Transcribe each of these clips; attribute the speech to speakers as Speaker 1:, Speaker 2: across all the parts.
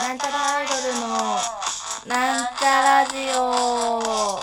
Speaker 1: なんちゃらアイドルのなんちゃラジオ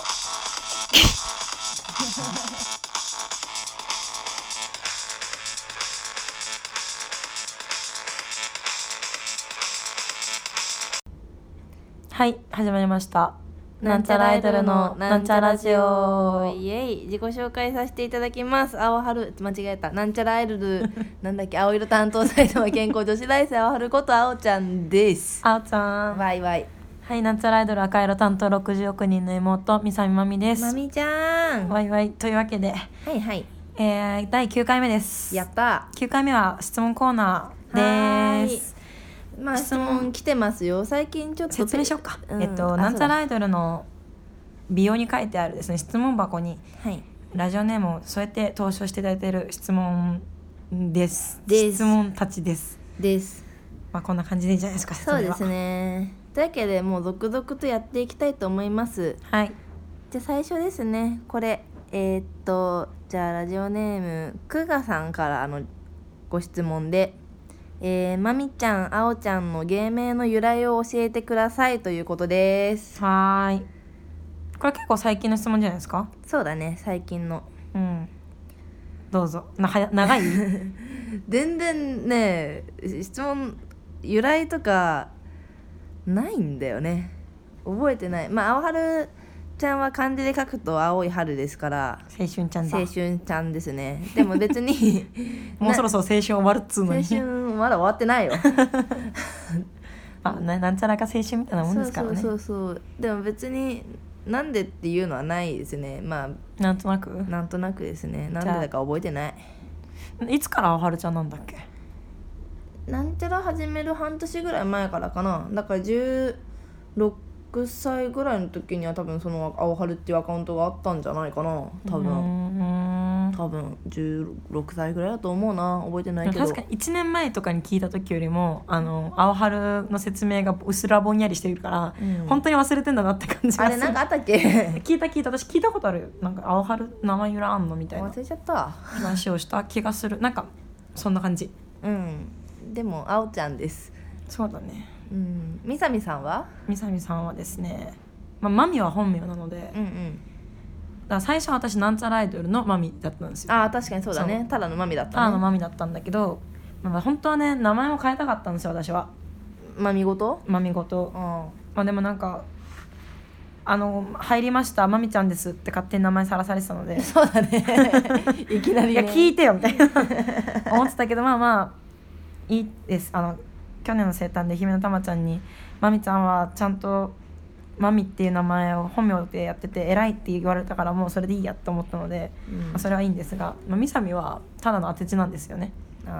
Speaker 2: はい始まりましたなんちゃらアイドルのなんちゃラジオ
Speaker 1: イエイ自己紹介させていただきます青春間違えたなんちゃらアイド ルなんだっけ青色担当埼玉健康女子大生青春こと青ちゃんです
Speaker 2: あおちゃん
Speaker 1: わいわい
Speaker 2: はいなんちゃらアイドル赤色担当60億人の妹みさみまみです
Speaker 1: まみちゃんは
Speaker 2: わいわいというわけで、
Speaker 1: いはい
Speaker 2: えー、第9回目です
Speaker 1: やった
Speaker 2: 9回目は質問コーナーです
Speaker 1: ーいまあ質
Speaker 2: 質
Speaker 1: 問
Speaker 2: 問
Speaker 1: 来てますよ最近ちょっと
Speaker 2: 説明しようか、
Speaker 1: ん
Speaker 2: えっと
Speaker 1: あ
Speaker 2: なんちゃら
Speaker 1: そ
Speaker 2: アイドルの美容に書いてあるですね質問箱に
Speaker 1: うだはい
Speaker 2: ラジオネームを添えて投書していただいている質問です
Speaker 1: です
Speaker 2: 質問たちです
Speaker 1: です
Speaker 2: まあこんな感じでいいんじゃないですか説明
Speaker 1: そ
Speaker 2: は
Speaker 1: うですねというわけでもう続々とやっていきたいと思います
Speaker 2: はい
Speaker 1: じゃあ最初ですねこれえーっとじゃあラジオネームくがさんからあのご質問で「えー、まみちゃんあおちゃんの芸名の由来を教えてください」ということです
Speaker 2: はーいこれ結構最近の質問じゃないですか
Speaker 1: そうだね最近の
Speaker 2: うんどうぞなはや 長い
Speaker 1: 全然ね質問由来とかないんだよね覚えてないまあ青春ちゃんは漢字で書くと青い春ですから
Speaker 2: 青春ちゃんだ
Speaker 1: 青春ちゃんですねでも別に
Speaker 2: もうそろそろ青春終わるっつう
Speaker 1: 青
Speaker 2: のに
Speaker 1: 春まだ終わってないよ
Speaker 2: まあななんちゃらか青春みたいなもんですからね
Speaker 1: そうそうそうでも別になんでっていうのはないですねまあ
Speaker 2: なんとなく
Speaker 1: なんとなくですねなんでだか覚えてない
Speaker 2: いつからはるちゃんなんだっけ
Speaker 1: なんちゃら始める半年ぐらい前からかなだから16歳ぐらいの時には多分その「青春」っていうアカウントがあったんじゃないかな多
Speaker 2: うー
Speaker 1: 分
Speaker 2: ん
Speaker 1: 多分16歳ぐらいだと思うな覚えてないけど
Speaker 2: 確かに1年前とかに聞いた時よりもあの青春の説明がうっすらぼんやりしてるから、
Speaker 1: うん
Speaker 2: 本当に忘れてんだなって感じが
Speaker 1: あ
Speaker 2: する
Speaker 1: れなんかあったっけ
Speaker 2: 聞いた聞いた私聞いたことあるなんか青春名前由来あんのみたいな
Speaker 1: 忘れちゃった
Speaker 2: 話をした気がするなんかそんな感じ
Speaker 1: うんでも青ちゃんです
Speaker 2: そうだね
Speaker 1: うんみさみさんは
Speaker 2: みさみさんはですねまあ、マミは本名なので、
Speaker 1: うんうん
Speaker 2: だから最初は私なんちゃらアイドルのマミだったんですよ
Speaker 1: ああ確かにそうだ
Speaker 2: そ
Speaker 1: ね
Speaker 2: う
Speaker 1: ただのマミだった
Speaker 2: だの
Speaker 1: ね
Speaker 2: マミだったんだけど、まあ、本当はね名前も変えたかったんですよ私は
Speaker 1: マミごと
Speaker 2: マミごと
Speaker 1: うん
Speaker 2: まあでもなんかあの入りましたマミちゃんですって勝手に名前さらされてたので
Speaker 1: そうだねいきなり
Speaker 2: い
Speaker 1: ね
Speaker 2: や聞いてよみたいな思ってたけどまあまあいいですあの去年の生誕で姫のたまちゃんに「マミちゃんはちゃんとマミっていう名前を本名でやってて偉い」って言われたからもうそれでいいやと思ったので、
Speaker 1: うん
Speaker 2: まあそれはいいんですが、まあ、みさみはただの当て字なんですよね
Speaker 1: うん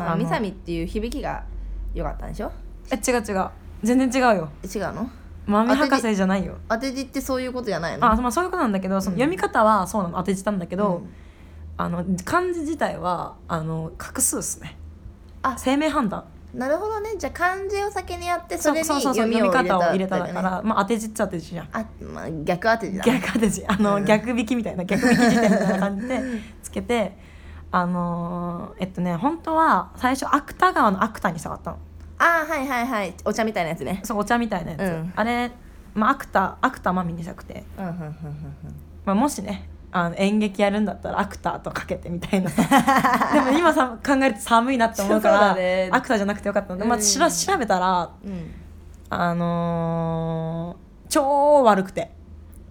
Speaker 1: まあ
Speaker 2: あの
Speaker 1: みさみっていう響きが良かったんでしょ
Speaker 2: え違う違う全然違うよ
Speaker 1: 違うの
Speaker 2: マミ博士じゃないよ
Speaker 1: 当て字ってそういうことじゃないの
Speaker 2: あ、まあ、そういうことなんだけどその
Speaker 1: うん
Speaker 2: 読み方はそうなの当て字なんだけど、
Speaker 1: うん
Speaker 2: あの漢字自体はあの画数ですね
Speaker 1: あ
Speaker 2: 生命判断
Speaker 1: なるほどねじゃあ漢字を先にやってそれに
Speaker 2: そうそうそう
Speaker 1: 読みを
Speaker 2: 読
Speaker 1: 入
Speaker 2: み
Speaker 1: れ
Speaker 2: 方を
Speaker 1: た
Speaker 2: 入れただ
Speaker 1: って
Speaker 2: か
Speaker 1: ね
Speaker 2: ら、まあ、当て字っちゃ当て字じゃん
Speaker 1: あ、まあ、逆当て字だね
Speaker 2: 逆当て字あの、
Speaker 1: うん
Speaker 2: 逆引きみたいな逆引き辞典みたいな感じでつけてあのーえっとね本当は最初芥川の芥にしたかったの
Speaker 1: あーはいはいはいお茶みたいなやつね
Speaker 2: そうお茶みたいなやつ、
Speaker 1: うん
Speaker 2: あれ、まあ、芥芥まみにしたくて、
Speaker 1: うんうんうんうん
Speaker 2: まあ、もしねあの演劇やるんだったら芥とかけてみた いなでも今さ考えると寒いなって思うか
Speaker 1: そうだ
Speaker 2: ら、
Speaker 1: ね
Speaker 2: 芥じゃなくてよかったので、ま
Speaker 1: う
Speaker 2: あ、
Speaker 1: ん
Speaker 2: しら調べたら
Speaker 1: うん
Speaker 2: あのー超悪くて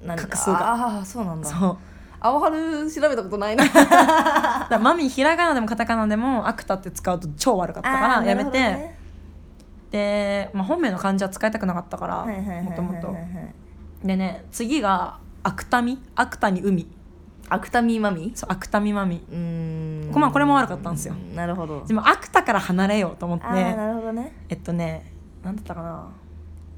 Speaker 1: うんなんだ
Speaker 2: 画数が
Speaker 1: ああそうなんだ
Speaker 2: そう
Speaker 1: 青春調べたこと ないな
Speaker 2: だからマミひらがなでもカタカナでも「アクタ」って使うと超悪かったか
Speaker 1: あー
Speaker 2: らやめ て、
Speaker 1: なるほどね
Speaker 2: で、まあ、本名の漢字は使いたくなかったから
Speaker 1: はいはいはいはいはい
Speaker 2: もともとでね次が「アクタミ」「アクタに海
Speaker 1: アクタミーマミ」
Speaker 2: そう「アクタミマミ
Speaker 1: うーん」
Speaker 2: こまあこれも悪かったんですよ
Speaker 1: なるほど
Speaker 2: でも「アクタ」から離れようと思って
Speaker 1: ああなるほどね
Speaker 2: えっとねなんだったかな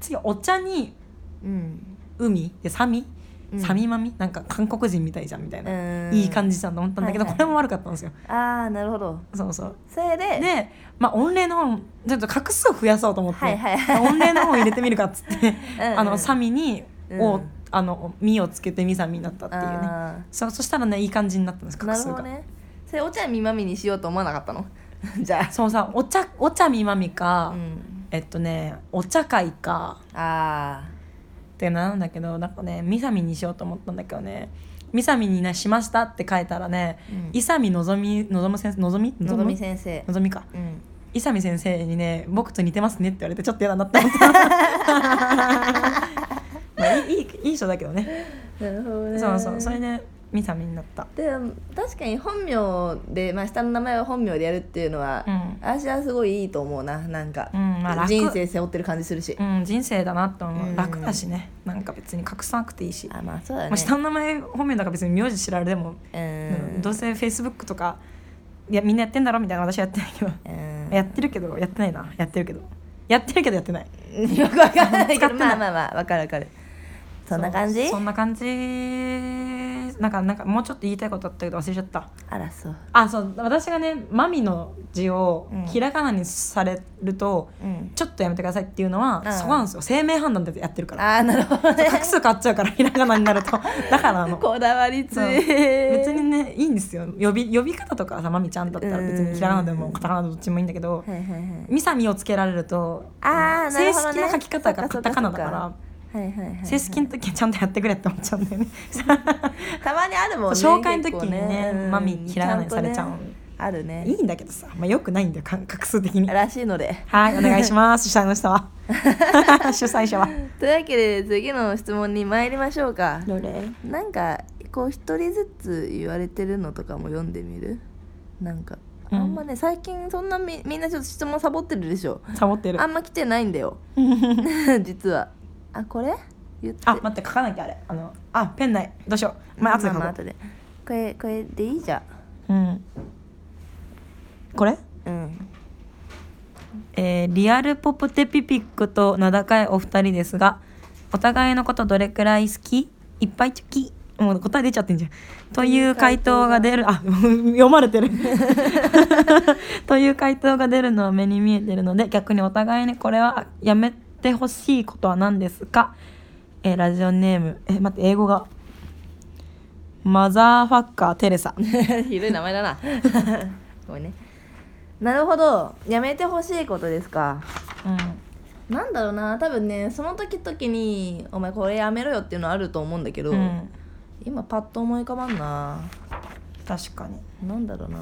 Speaker 2: 次お茶に
Speaker 1: うん
Speaker 2: 海でサミ
Speaker 1: うん
Speaker 2: サミマミなんか韓国人みたいじゃんみたいな、い
Speaker 1: い
Speaker 2: い感じじゃんと思ったんだけど、
Speaker 1: はいはい
Speaker 2: これも悪かったんですよ
Speaker 1: ああなるほど
Speaker 2: そうそう
Speaker 1: それで
Speaker 2: で、まあ、音礼の方もちょっと画数を増やそうと思って、
Speaker 1: はいはい はい
Speaker 2: 音礼の方を入れてみるかっつって
Speaker 1: うんうん
Speaker 2: あのサミに「
Speaker 1: うん
Speaker 2: をあの「み」をつけて「みさみ」になったっていうね
Speaker 1: あ
Speaker 2: そそしたらねいい感じになったんです
Speaker 1: ー
Speaker 2: 画
Speaker 1: な
Speaker 2: 数
Speaker 1: るほ
Speaker 2: が、
Speaker 1: どねそれお茶みまみにしようと思わなかったの じゃ
Speaker 2: そのさお茶お茶みまみ
Speaker 1: あ、
Speaker 2: か、
Speaker 1: うん、
Speaker 2: えっとねお茶会か
Speaker 1: あ
Speaker 2: ってなんだけどなんかねみさみにしようと思ったんだけどねみさみになしましたって書いたらね
Speaker 1: ー、うん
Speaker 2: いさみのぞみのぞむ先生のぞみ
Speaker 1: のぞみ先生
Speaker 2: のぞみか
Speaker 1: うん
Speaker 2: いさみ先生にね僕と似てますねって言われてちょっと嫌だなって 思った、 まあ、いいいいいい人だけどね
Speaker 1: なるほどね
Speaker 2: そうそうそれでみさみになった
Speaker 1: でも確かに本名で、まあ、下の名前を本名でやるっていうのは、
Speaker 2: うん、
Speaker 1: 私はすごいいいと思うななんか、
Speaker 2: うん、まあ楽
Speaker 1: 人生背負ってる感じするし、
Speaker 2: うん、人生だなと思
Speaker 1: う
Speaker 2: うん楽だしねなんか別に隠さなくていいし、
Speaker 1: あまあそうだね、
Speaker 2: まあ、下の名前本名だから別に名字知られても、
Speaker 1: う
Speaker 2: うん
Speaker 1: ん
Speaker 2: どうせフェイスブックとかいやみんなやってんだろみたいな私はやってないけど、
Speaker 1: うん
Speaker 2: やってるけどやってないなやってるけどやってるけどやってない
Speaker 1: よくわかんないけ
Speaker 2: 使っ
Speaker 1: ど
Speaker 2: て
Speaker 1: ま
Speaker 2: な
Speaker 1: あま
Speaker 2: い
Speaker 1: あまあわかるわかるそんな感じ
Speaker 2: そうそんな感じなんかなんかもうちょっと言いたいことあったけど忘れちゃった
Speaker 1: あらそう
Speaker 2: あそう私がね「マミ」の字を
Speaker 1: うん
Speaker 2: ひらがなにされると、
Speaker 1: うん
Speaker 2: ちょっとやめてくださいっていうのは、
Speaker 1: うん
Speaker 2: そうなんですよ生命判断でやってるから
Speaker 1: あーなるほどね
Speaker 2: 画数変わっちゃうから ひらがなになるとだからあ の
Speaker 1: こだわりつ
Speaker 2: そう
Speaker 1: い
Speaker 2: 別にねいいんですよ呼び呼び方とかはさマミちゃんだったら別にひらがなで
Speaker 1: う
Speaker 2: も
Speaker 1: ん
Speaker 2: カタカナでもどっちもいいんだけど
Speaker 1: はいはいはい
Speaker 2: ミサミをつけられると
Speaker 1: あーなる
Speaker 2: 正
Speaker 1: ほどね
Speaker 2: 式な書き方がカタカナだから
Speaker 1: そっかはいはいはいはい
Speaker 2: 正式の時はちゃんとやってくれって思っちゃうんだ よね
Speaker 1: たまにあるもんね
Speaker 2: 紹介の時に
Speaker 1: 結構
Speaker 2: ね
Speaker 1: うん
Speaker 2: マミひらがなにされちゃう
Speaker 1: とねあるね
Speaker 2: いいんだけどさ、まあ、よくないんだよか画数的に
Speaker 1: らしいので
Speaker 2: はいお願いし ます主催の人は主催者は
Speaker 1: というわけで次の質問に参りましょうか
Speaker 2: どれ
Speaker 1: なんかこう一人ずつ言われてるのとかも読んでみるなんかあ
Speaker 2: うん
Speaker 1: んまね、最近そんなみみんなちょっと質問サボってるでしょ
Speaker 2: サボってる
Speaker 1: あんま来てないんだよ 実はあこれ言って
Speaker 2: あ待って書かなきゃあれあのあペンないどうしようまあ後で書こ
Speaker 1: ま
Speaker 2: う
Speaker 1: あ後でこれこれでいいじゃ
Speaker 2: うんこれ
Speaker 1: んうん
Speaker 2: えーリアルポプテピピックと名高いお二人ですがお互いのことどれくらい好きいっぱいチョキもう答え出ちゃってんじゃん。という回答が出るあ読まれてる という回答が出るのは目に見えてるので逆にお互いにこれはやめてほしいことは何ですか、えーラジオネームえ待って英語がマザーファッカーテレサ
Speaker 1: ひどい名前だな ごめんねなるほどやめてほしいことですかなんだろうな多分ねその時々に「お前これやめろよ」っていうのあると思うんだけ
Speaker 2: う
Speaker 1: ど、
Speaker 2: ん、うん、
Speaker 1: 今パッと思い浮かばんな
Speaker 2: 確かに
Speaker 1: なんだろうな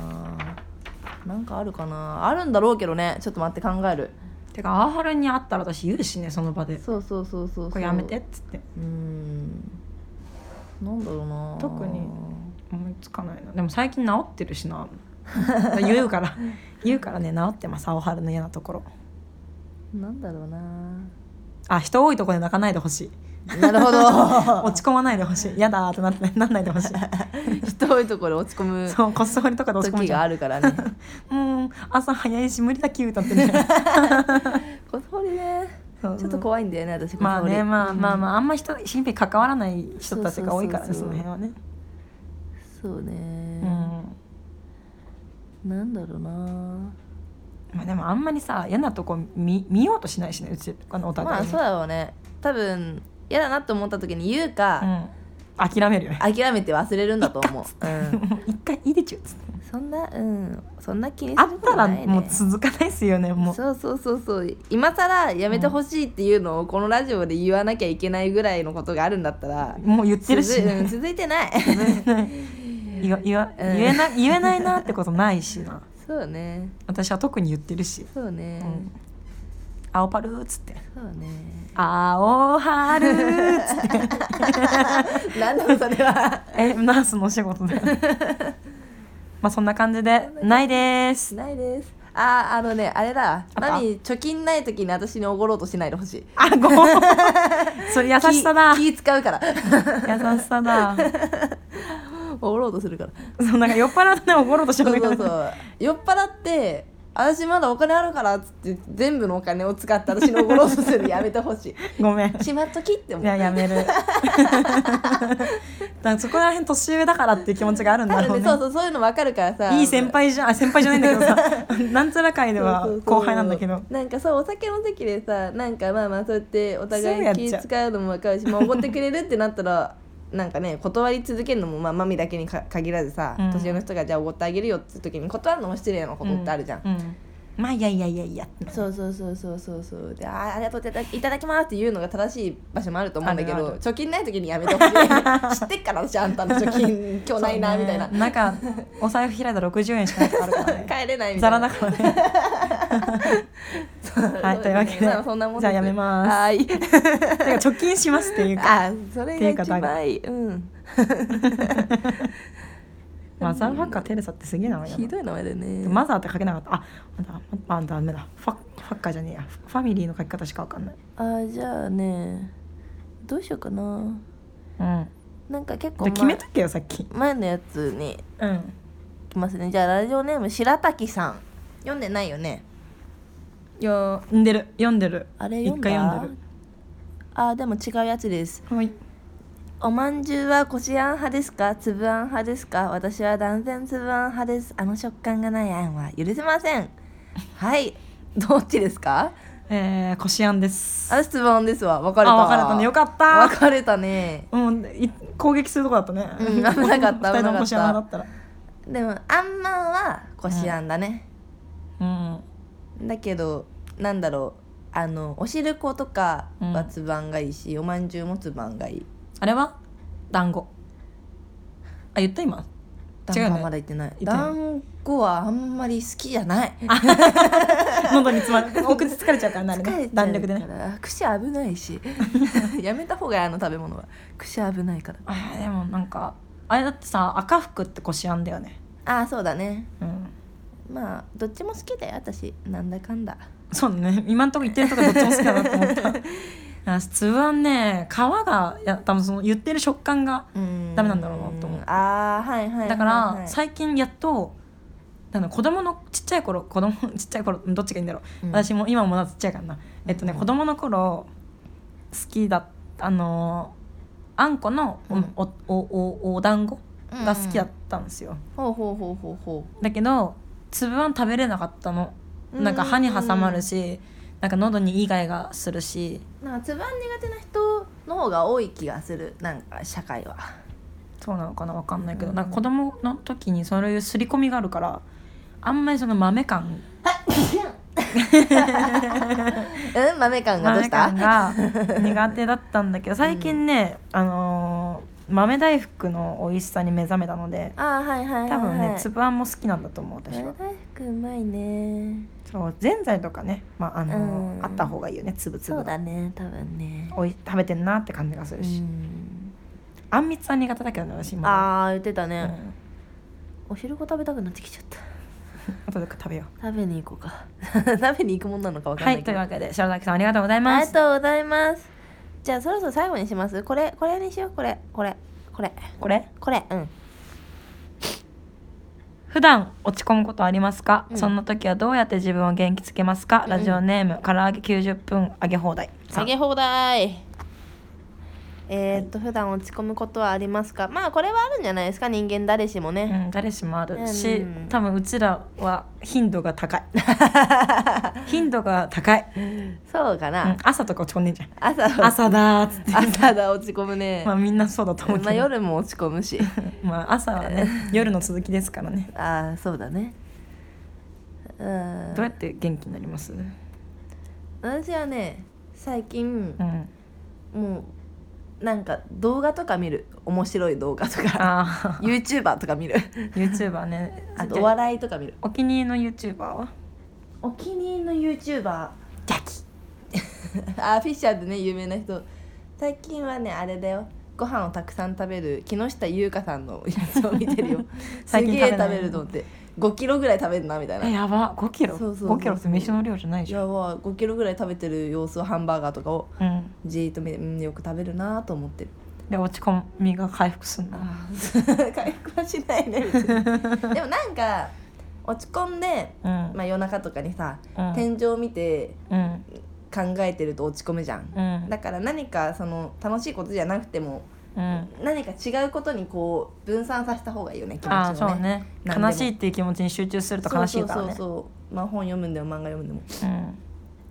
Speaker 1: なんかあるかなあるんだろうけどねちょっと待って考える
Speaker 2: てかアーハルに会ったら私言うしねその場で
Speaker 1: そうそうそうそうそう
Speaker 2: これやめてっつって
Speaker 1: うーんなんだろうな
Speaker 2: 特に思いつかないなでも最近治ってるしな言う から言うからね治ってます青春の嫌なところ
Speaker 1: なんだろうな
Speaker 2: あ人多いところで泣かないでほしい
Speaker 1: なるほど
Speaker 2: 落ち込まないでほしい嫌だーってなってなんないでほし い
Speaker 1: 人多いところ落ち込む
Speaker 2: そうこっそりとかで落ち込む
Speaker 1: 時
Speaker 2: じ
Speaker 1: が
Speaker 2: ゃ
Speaker 1: あ
Speaker 2: ん
Speaker 1: る からね
Speaker 2: もう朝早いし無理だキュー歌っ てね
Speaker 1: こっそりねち
Speaker 2: そ
Speaker 1: ょ
Speaker 2: う
Speaker 1: っと怖いんだよね私こっそり
Speaker 2: まあねまあまあ
Speaker 1: あ
Speaker 2: まああんま人神秘関わらない人たちが多いからね
Speaker 1: そ
Speaker 2: そ
Speaker 1: そ
Speaker 2: う
Speaker 1: うそうそう
Speaker 2: の辺はね
Speaker 1: そうね
Speaker 2: うん
Speaker 1: なんだろうな
Speaker 2: まあでもあんまりさ嫌なとこ見見ようとしないしねうちあのお互い
Speaker 1: まあ
Speaker 2: に
Speaker 1: そうだろうね多分嫌だなと思った時に言うか、
Speaker 2: うん、諦めるよね。
Speaker 1: 諦めて忘れるんだと思う。うん、
Speaker 2: もう 一回いいでちゅっつって
Speaker 1: そんな、うん、そんな気にす
Speaker 2: あっ
Speaker 1: るこ
Speaker 2: た
Speaker 1: とな
Speaker 2: ら
Speaker 1: い、ね。
Speaker 2: もう続かないっすよねもう
Speaker 1: そうそうそうそう、今さらやめてほしいっていうのを、このラジオで言わなきゃいけないぐらいのことがあるんだったら。
Speaker 2: もう言ってるし、
Speaker 1: 続いうん
Speaker 2: ね、
Speaker 1: 続いてない。
Speaker 2: 言わ言わ
Speaker 1: うん
Speaker 2: 言えな言えないなってことないしな
Speaker 1: そうね、
Speaker 2: 私は特に言ってるし
Speaker 1: そう
Speaker 2: 「う
Speaker 1: ね、
Speaker 2: ん、青パル」っつって
Speaker 1: そうね
Speaker 2: 「。青春」っ つって
Speaker 1: なんだろうそれは。
Speaker 2: えナースのお仕事だよ まあそんな感じで「ないです」
Speaker 1: ないです。あーあのねあれだ
Speaker 2: あった
Speaker 1: マミ貯金ない時に私におごろうとしないでほしい
Speaker 2: あごめんそれ優しさだ優
Speaker 1: 気気使うから
Speaker 2: しさだ
Speaker 1: おごろうとするから
Speaker 2: そうなんか酔っ払って怒ろうとしよ
Speaker 1: そううそう
Speaker 2: と
Speaker 1: そ
Speaker 2: か
Speaker 1: う 酔っ払って私まだお金あるからっつって全部のお金を使って私のおごろうとするのやめてほし
Speaker 2: ごめん
Speaker 1: いしまっときって思
Speaker 2: いうややめる だからそこら辺年上だからっていう気持ちがあるん
Speaker 1: 多
Speaker 2: だろう
Speaker 1: 分
Speaker 2: ね
Speaker 1: ねそうそうそういうの分かるからさ
Speaker 2: いい先輩じゃんあ先輩じゃないんだけ どさなんつら会では
Speaker 1: そうそうそう
Speaker 2: 後輩なんだけど
Speaker 1: なんかさお酒の席でさなんかまあまあそうやってお
Speaker 2: すぐや
Speaker 1: 互
Speaker 2: っ
Speaker 1: い
Speaker 2: ち
Speaker 1: 気
Speaker 2: ゃう
Speaker 1: 使うのも分かるしまあおごってくれるってなったら なんかね断り続けるのもまあマミだけにか限らずさ、
Speaker 2: うん
Speaker 1: 年上の人がじゃあおごってあげるよって時に断るのも失礼なことってあるじゃん、
Speaker 2: うまあいやいやいやいやって
Speaker 1: そうそうそうそうそうそうで「あーありがとういただきいただきます」って言うのが正しい場所もあると思うんだけ
Speaker 2: ある
Speaker 1: ど
Speaker 2: ある
Speaker 1: 貯金ない時にやめてほしい 知ってっから私あんたの貯 金今日ないな
Speaker 2: そうね
Speaker 1: みたいな、
Speaker 2: なんかお財布開いたら60円しかないとかある からね
Speaker 1: 帰れないみた
Speaker 2: ザ
Speaker 1: い
Speaker 2: ラ
Speaker 1: な
Speaker 2: だから ねはいというわけで
Speaker 1: まあそんなもん
Speaker 2: じゃあやめますす
Speaker 1: は ーい
Speaker 2: てか貯金しますっていうか
Speaker 1: あーそれが一番いいうん
Speaker 2: マザーファッカーテレサってすげえ名前だな
Speaker 1: ひどい名前だよね
Speaker 2: マザーって書けなかったあまだあダメだファファッカーじゃねえやファミリーの書き方しかわかんない
Speaker 1: あーじゃあねどうしようかな
Speaker 2: うん
Speaker 1: なんか結構
Speaker 2: で
Speaker 1: 前
Speaker 2: 決めとけよさっき
Speaker 1: 前のやつに
Speaker 2: うん
Speaker 1: いきますねじゃあラジオネーム白滝さん読んでないよね
Speaker 2: いや読んでる読んでる
Speaker 1: あれ読んだ
Speaker 2: 一回読んでる
Speaker 1: あーでも違うやつです
Speaker 2: はい
Speaker 1: おまんじゅうはこしあん派ですかつぶあん派ですか私は断然つぶあん派ですあの食感がないあんは許せませんはいどっちですか
Speaker 2: えー、こしあんです
Speaker 1: 私つぶあんですわ分かれた
Speaker 2: あ分かれたねよかった
Speaker 1: 分かれたね
Speaker 2: うん、い攻撃するとこだったね。
Speaker 1: うん危なかった
Speaker 2: 二
Speaker 1: 危
Speaker 2: 人
Speaker 1: なか
Speaker 2: と
Speaker 1: った
Speaker 2: も腰穴だったら。
Speaker 1: でもあんまんはこしあんだね、
Speaker 2: うん。
Speaker 1: だけどなんだろうあのおしることかはつぶあんがいいし、おまんじゅうもつぶあんがいい
Speaker 2: あれは団子。あ、言った今。違
Speaker 1: 団子
Speaker 2: うよね
Speaker 1: はまだ行ってない
Speaker 2: 行ってない
Speaker 1: 団子はあんまり好きじゃない
Speaker 2: 喉に詰まる。お口疲れちゃうからねあれ
Speaker 1: 疲れ
Speaker 2: ね。
Speaker 1: ちゃ
Speaker 2: 弾
Speaker 1: う
Speaker 2: 力で
Speaker 1: か
Speaker 2: ね。
Speaker 1: ら串危ない しやめた方がいいあの食べ物は串危ないから
Speaker 2: あー、でもなんか、あれだってさ、赤服って腰あんだよね。
Speaker 1: ああそうだね
Speaker 2: うん。
Speaker 1: まあどっちも好きだよ私なんだかんだ
Speaker 2: そうね。今んとこ言ってるとこどっちも好きだなと思 った。あつぶあんね、皮が、いや、多分その言ってる食感が。
Speaker 1: うん
Speaker 2: ダメなんだろうなと思う
Speaker 1: ああはいはいはいはい
Speaker 2: だから、最近やっと、なんだ子供のちっちゃい頃子供 ちっちゃい頃どっちがいいんだろう
Speaker 1: うん
Speaker 2: 私も今もまだちっちゃいからな、えっとね
Speaker 1: うん
Speaker 2: 子供の頃好きだったあのーあんこのお,、
Speaker 1: うん
Speaker 2: おおおお団子が好きだったんですよ、
Speaker 1: ほうほうほうほうほ
Speaker 2: だけど粒あん食べれなかったの
Speaker 1: うん
Speaker 2: なんか歯に挟まるしなんか喉にイガイガするし
Speaker 1: うなんかつぶあん苦手な人の方が多い気がするなんか社会は
Speaker 2: そうなのかなわかんないけど、
Speaker 1: うん
Speaker 2: なんか子供の時にそういう刷り込みがあるからあんまりその豆感
Speaker 1: うん豆感がどう
Speaker 2: 豆
Speaker 1: した
Speaker 2: 感が苦手だったんだけど最近ね、あのー豆大福の美味しさに目覚めたので
Speaker 1: ああはいはいはい、はい、
Speaker 2: 多分ねつぶあんも好きなんだと思う私は
Speaker 1: 豆大福うまいね
Speaker 2: そうぜんざいとかね、まああの
Speaker 1: うん
Speaker 2: あった方がいいよねつぶつ
Speaker 1: そう
Speaker 2: ぶ
Speaker 1: だね多分ね
Speaker 2: おい食べてんなって感じがするし、
Speaker 1: うん
Speaker 2: あんみつは苦手だけどね私もあ、
Speaker 1: ああ言ってた
Speaker 2: う
Speaker 1: ね、
Speaker 2: ん、
Speaker 1: お昼ご食べたくなってきちゃった
Speaker 2: 後で食べよ
Speaker 1: 食べに行こうか 食べに行くもんなのかわ
Speaker 2: う
Speaker 1: かんな
Speaker 2: はい
Speaker 1: け
Speaker 2: いとい
Speaker 1: ど、
Speaker 2: うわけで白崎さんありがとうござい
Speaker 1: あ
Speaker 2: ま
Speaker 1: り
Speaker 2: す
Speaker 1: がとうございますじゃあそろそろ最後にしますこれこれにしようこれこれこれ
Speaker 2: これ
Speaker 1: これうん
Speaker 2: 普段落ち込むことありますか、
Speaker 1: うん
Speaker 2: そんな時はどうやって自分を元気つけますか、
Speaker 1: うん
Speaker 2: ラジオネーム唐揚げ90分揚げ放題さ
Speaker 1: 下
Speaker 2: ん
Speaker 1: げ放題えー、っと普段落ち込むことはありますかまあこれはあるんじゃないですか人間誰しもね、
Speaker 2: うん、誰しもあるし、
Speaker 1: うん
Speaker 2: 多分うちらは頻度が 高い頻度が高い、うん、
Speaker 1: そうかな、
Speaker 2: 朝とか落ち込んでんじゃん
Speaker 1: 朝
Speaker 2: 朝だーっつって
Speaker 1: 朝だ落ち込むね、
Speaker 2: まあみんなそうだと思うけど、
Speaker 1: まあ、夜も落ち込む し
Speaker 2: まあ朝はね夜の続きですからね
Speaker 1: ああそうだねうん
Speaker 2: どうやって元気になります、
Speaker 1: 私はね最近
Speaker 2: う、ん、
Speaker 1: もうなんか動画とか見る面白い動画とか
Speaker 2: あ
Speaker 1: YouTuber とか見る
Speaker 2: ー YouTuber ね
Speaker 1: あとお笑いとか見る
Speaker 2: お気に入りの YouTuber は
Speaker 1: お気に入りの YouTuber
Speaker 2: ジャ キ
Speaker 1: あフィッシャーでね有名な人最近はねあれだよご飯をたくさん食べる木下優香さんのやつを見てる よす
Speaker 2: 最近
Speaker 1: げえ
Speaker 2: 食べない
Speaker 1: 食べると思って5キロぐらい食べるなみたいな
Speaker 2: えやば5キロ
Speaker 1: そうそうそう
Speaker 2: 5キロって飯の量じゃない
Speaker 1: い
Speaker 2: でしょ、
Speaker 1: やわあ5キロぐらい食べてる様子をハンバーガーとかを
Speaker 2: うん、
Speaker 1: じーっと見て、うん、よく食べるなと思ってる
Speaker 2: で落ち込みが回復すんだ
Speaker 1: あー 回復はしないね 別にでもなんか落ち込んで、
Speaker 2: うん、
Speaker 1: まあ、夜中とかにさ、
Speaker 2: うん
Speaker 1: 天井見て
Speaker 2: うん
Speaker 1: 考えてると落ち込むじゃん、
Speaker 2: うん
Speaker 1: だから何かその楽しいことじゃなくても、
Speaker 2: うん
Speaker 1: 何か違うことにこう分散させた方がいいよね気持ち
Speaker 2: ああ
Speaker 1: を
Speaker 2: そう
Speaker 1: ね
Speaker 2: ね
Speaker 1: 何でも
Speaker 2: 悲しいっていう気持ちに集中すると
Speaker 1: そう
Speaker 2: 悲しいか
Speaker 1: そ
Speaker 2: らね
Speaker 1: うそうそうまあ本読むんでも漫画読むんでも
Speaker 2: うん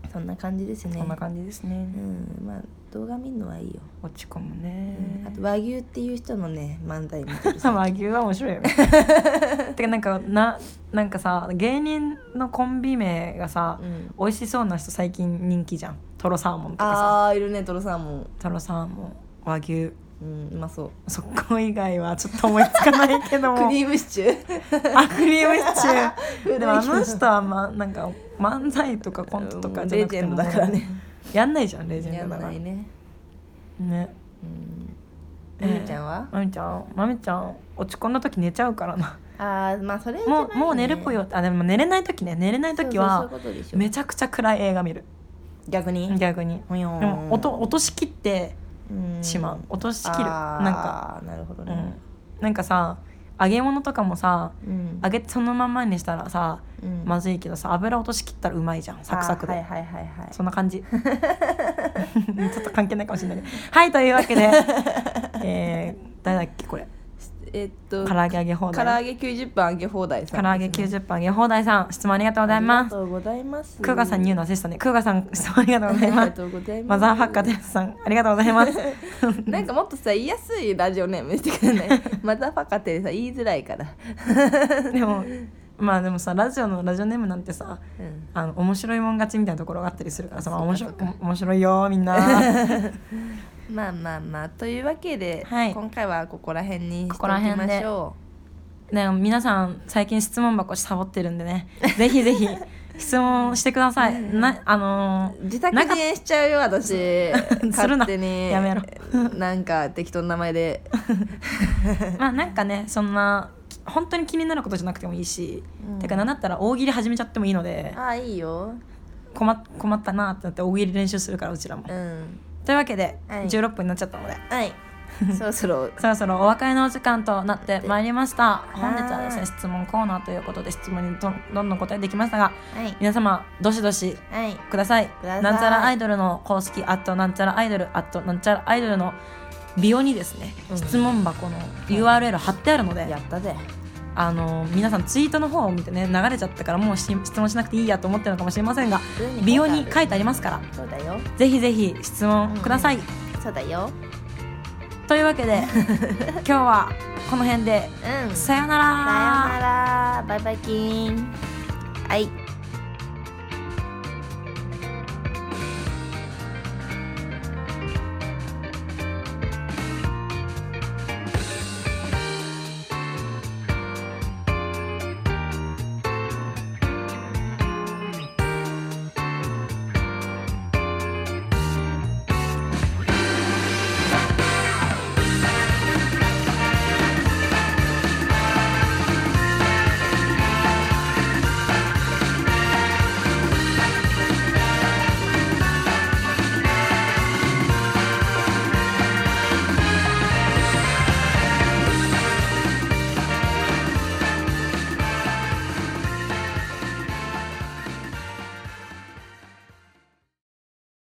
Speaker 1: そそんな感じですね
Speaker 2: こんな感じですね
Speaker 1: うんまあ動画見るのはいいよ、
Speaker 2: 落ち込む
Speaker 1: うんあ
Speaker 2: ね
Speaker 1: と和牛っていう人のね漫才見てる
Speaker 2: 和牛は面白い よねてかなんかななんかさ芸人のコンビ名がさ、
Speaker 1: うん
Speaker 2: 美味しそうな人最近人気じゃんトロサーモンとかさ
Speaker 1: あーいるねトロサーモン
Speaker 2: トロサーモン和牛
Speaker 1: うんうまそう
Speaker 2: そこ以外はちょっと思いつかないけ ど
Speaker 1: ク
Speaker 2: も
Speaker 1: リームシチュー
Speaker 2: あクリームシチュ
Speaker 1: 古い
Speaker 2: ーでもあの人は、ま、なんか漫才とかコントとかじゃなくて
Speaker 1: うん
Speaker 2: も
Speaker 1: レジェンドだからね
Speaker 2: やんないじゃんレジェ
Speaker 1: や
Speaker 2: ン
Speaker 1: ん
Speaker 2: ドだか
Speaker 1: な
Speaker 2: ら
Speaker 1: いね
Speaker 2: ね
Speaker 1: うん
Speaker 2: えー
Speaker 1: ゆみちゃんは、
Speaker 2: まみちゃんまみちゃん落ち込んだ時寝ちゃうか らな
Speaker 1: ああまあそれは一番いいよ
Speaker 2: もう
Speaker 1: ね
Speaker 2: もう寝るぽよあでも寝れない時ね寝れない時は
Speaker 1: そうそうそういうことでしょ
Speaker 2: めちゃくちゃ暗い映画見る
Speaker 1: 逆に
Speaker 2: 逆に
Speaker 1: ほよーん
Speaker 2: でも音落としきって
Speaker 1: うん
Speaker 2: しまう落としきる
Speaker 1: あ
Speaker 2: な
Speaker 1: ー
Speaker 2: んか、
Speaker 1: なるほど
Speaker 2: う
Speaker 1: ね
Speaker 2: ん、なんかさ揚げ物とかもさ
Speaker 1: うん
Speaker 2: 揚げてそのまんまにしたらさ
Speaker 1: うん
Speaker 2: まずいけどさ油落としきったらうまいじゃんサクサクで、
Speaker 1: あーはいはいはいはい
Speaker 2: そんな 感じちょっと関係ないかもしれないけどはいというわけ でえー、誰だっけこれ
Speaker 1: えっと
Speaker 2: 唐揚げ揚げ放
Speaker 1: 唐揚
Speaker 2: 題
Speaker 1: げ90分揚げ放題
Speaker 2: 唐
Speaker 1: さん
Speaker 2: 揚げ
Speaker 1: ですね
Speaker 2: 90分揚げ放題さん質問ありがとうございま
Speaker 1: あり
Speaker 2: す
Speaker 1: がとうございます
Speaker 2: クーガさんに言う
Speaker 1: の
Speaker 2: の忘れてたねクーガさん質問ありがとうござい
Speaker 1: あり
Speaker 2: ま
Speaker 1: が
Speaker 2: す
Speaker 1: とうございます
Speaker 2: マザーファッカーテスさんありがとうございます
Speaker 1: なんかもっとさ言いやすいラジオネームにしてくれないマザーファッカーってさ言いづらいから
Speaker 2: でもまあでもさラジオのラジオネームなんてさ
Speaker 1: うん
Speaker 2: あの面白いもん勝ちみたいなところがあったりするからさ、まあ、
Speaker 1: そう
Speaker 2: 面
Speaker 1: か
Speaker 2: 白
Speaker 1: そ
Speaker 2: いう
Speaker 1: か
Speaker 2: 面白いよみ んな
Speaker 1: まあまあまあというわけで、
Speaker 2: はい
Speaker 1: 今回はここら辺にしてお
Speaker 2: こ
Speaker 1: き
Speaker 2: こら辺で
Speaker 1: ましょ
Speaker 2: ね皆さん最近質問箱サボってるんでねぜひぜひ質問してくださいなあの
Speaker 1: う自宅禁煙しちゃうよ私
Speaker 2: るな
Speaker 1: 勝手に
Speaker 2: やめろ
Speaker 1: なんか適当な名前で、
Speaker 2: ーまあなんかねそんなき本当に気になることじゃなくてもいいし、
Speaker 1: うん
Speaker 2: てか何だったら大喜利始めちゃってもいいので
Speaker 1: ああいいよ
Speaker 2: 困っ困ったなってなって大喜利練習するからうちらも、
Speaker 1: うん
Speaker 2: というわけで、
Speaker 1: はい
Speaker 2: 16分になっちゃったので
Speaker 1: はいそろ そろ
Speaker 2: そろそろお別れのお時間となってまいりました本日はで
Speaker 1: は
Speaker 2: すね
Speaker 1: い
Speaker 2: 質問コーナーということで質問にどんどんどん答えてきましたが
Speaker 1: はい
Speaker 2: 皆様どしどし
Speaker 1: はい
Speaker 2: ください
Speaker 1: ださい
Speaker 2: なんちゃらアイドルの公式アットなんちゃらアイドルアットなんちゃらアイドルのビオにですね、
Speaker 1: うん
Speaker 2: 質問箱の URL 貼ってあるので、
Speaker 1: やったぜ
Speaker 2: あの皆さんツイートの方を見てね流れちゃったからもうし質問しなくていいやと思ってるのかもしれませんがビオに書いてありますから
Speaker 1: そうだよ
Speaker 2: ぜひぜひ質問ください、
Speaker 1: そうだよ
Speaker 2: というわ けで今日はこの辺で
Speaker 1: うんさよ
Speaker 2: さような
Speaker 1: な
Speaker 2: ら
Speaker 1: らバイバイキーンはい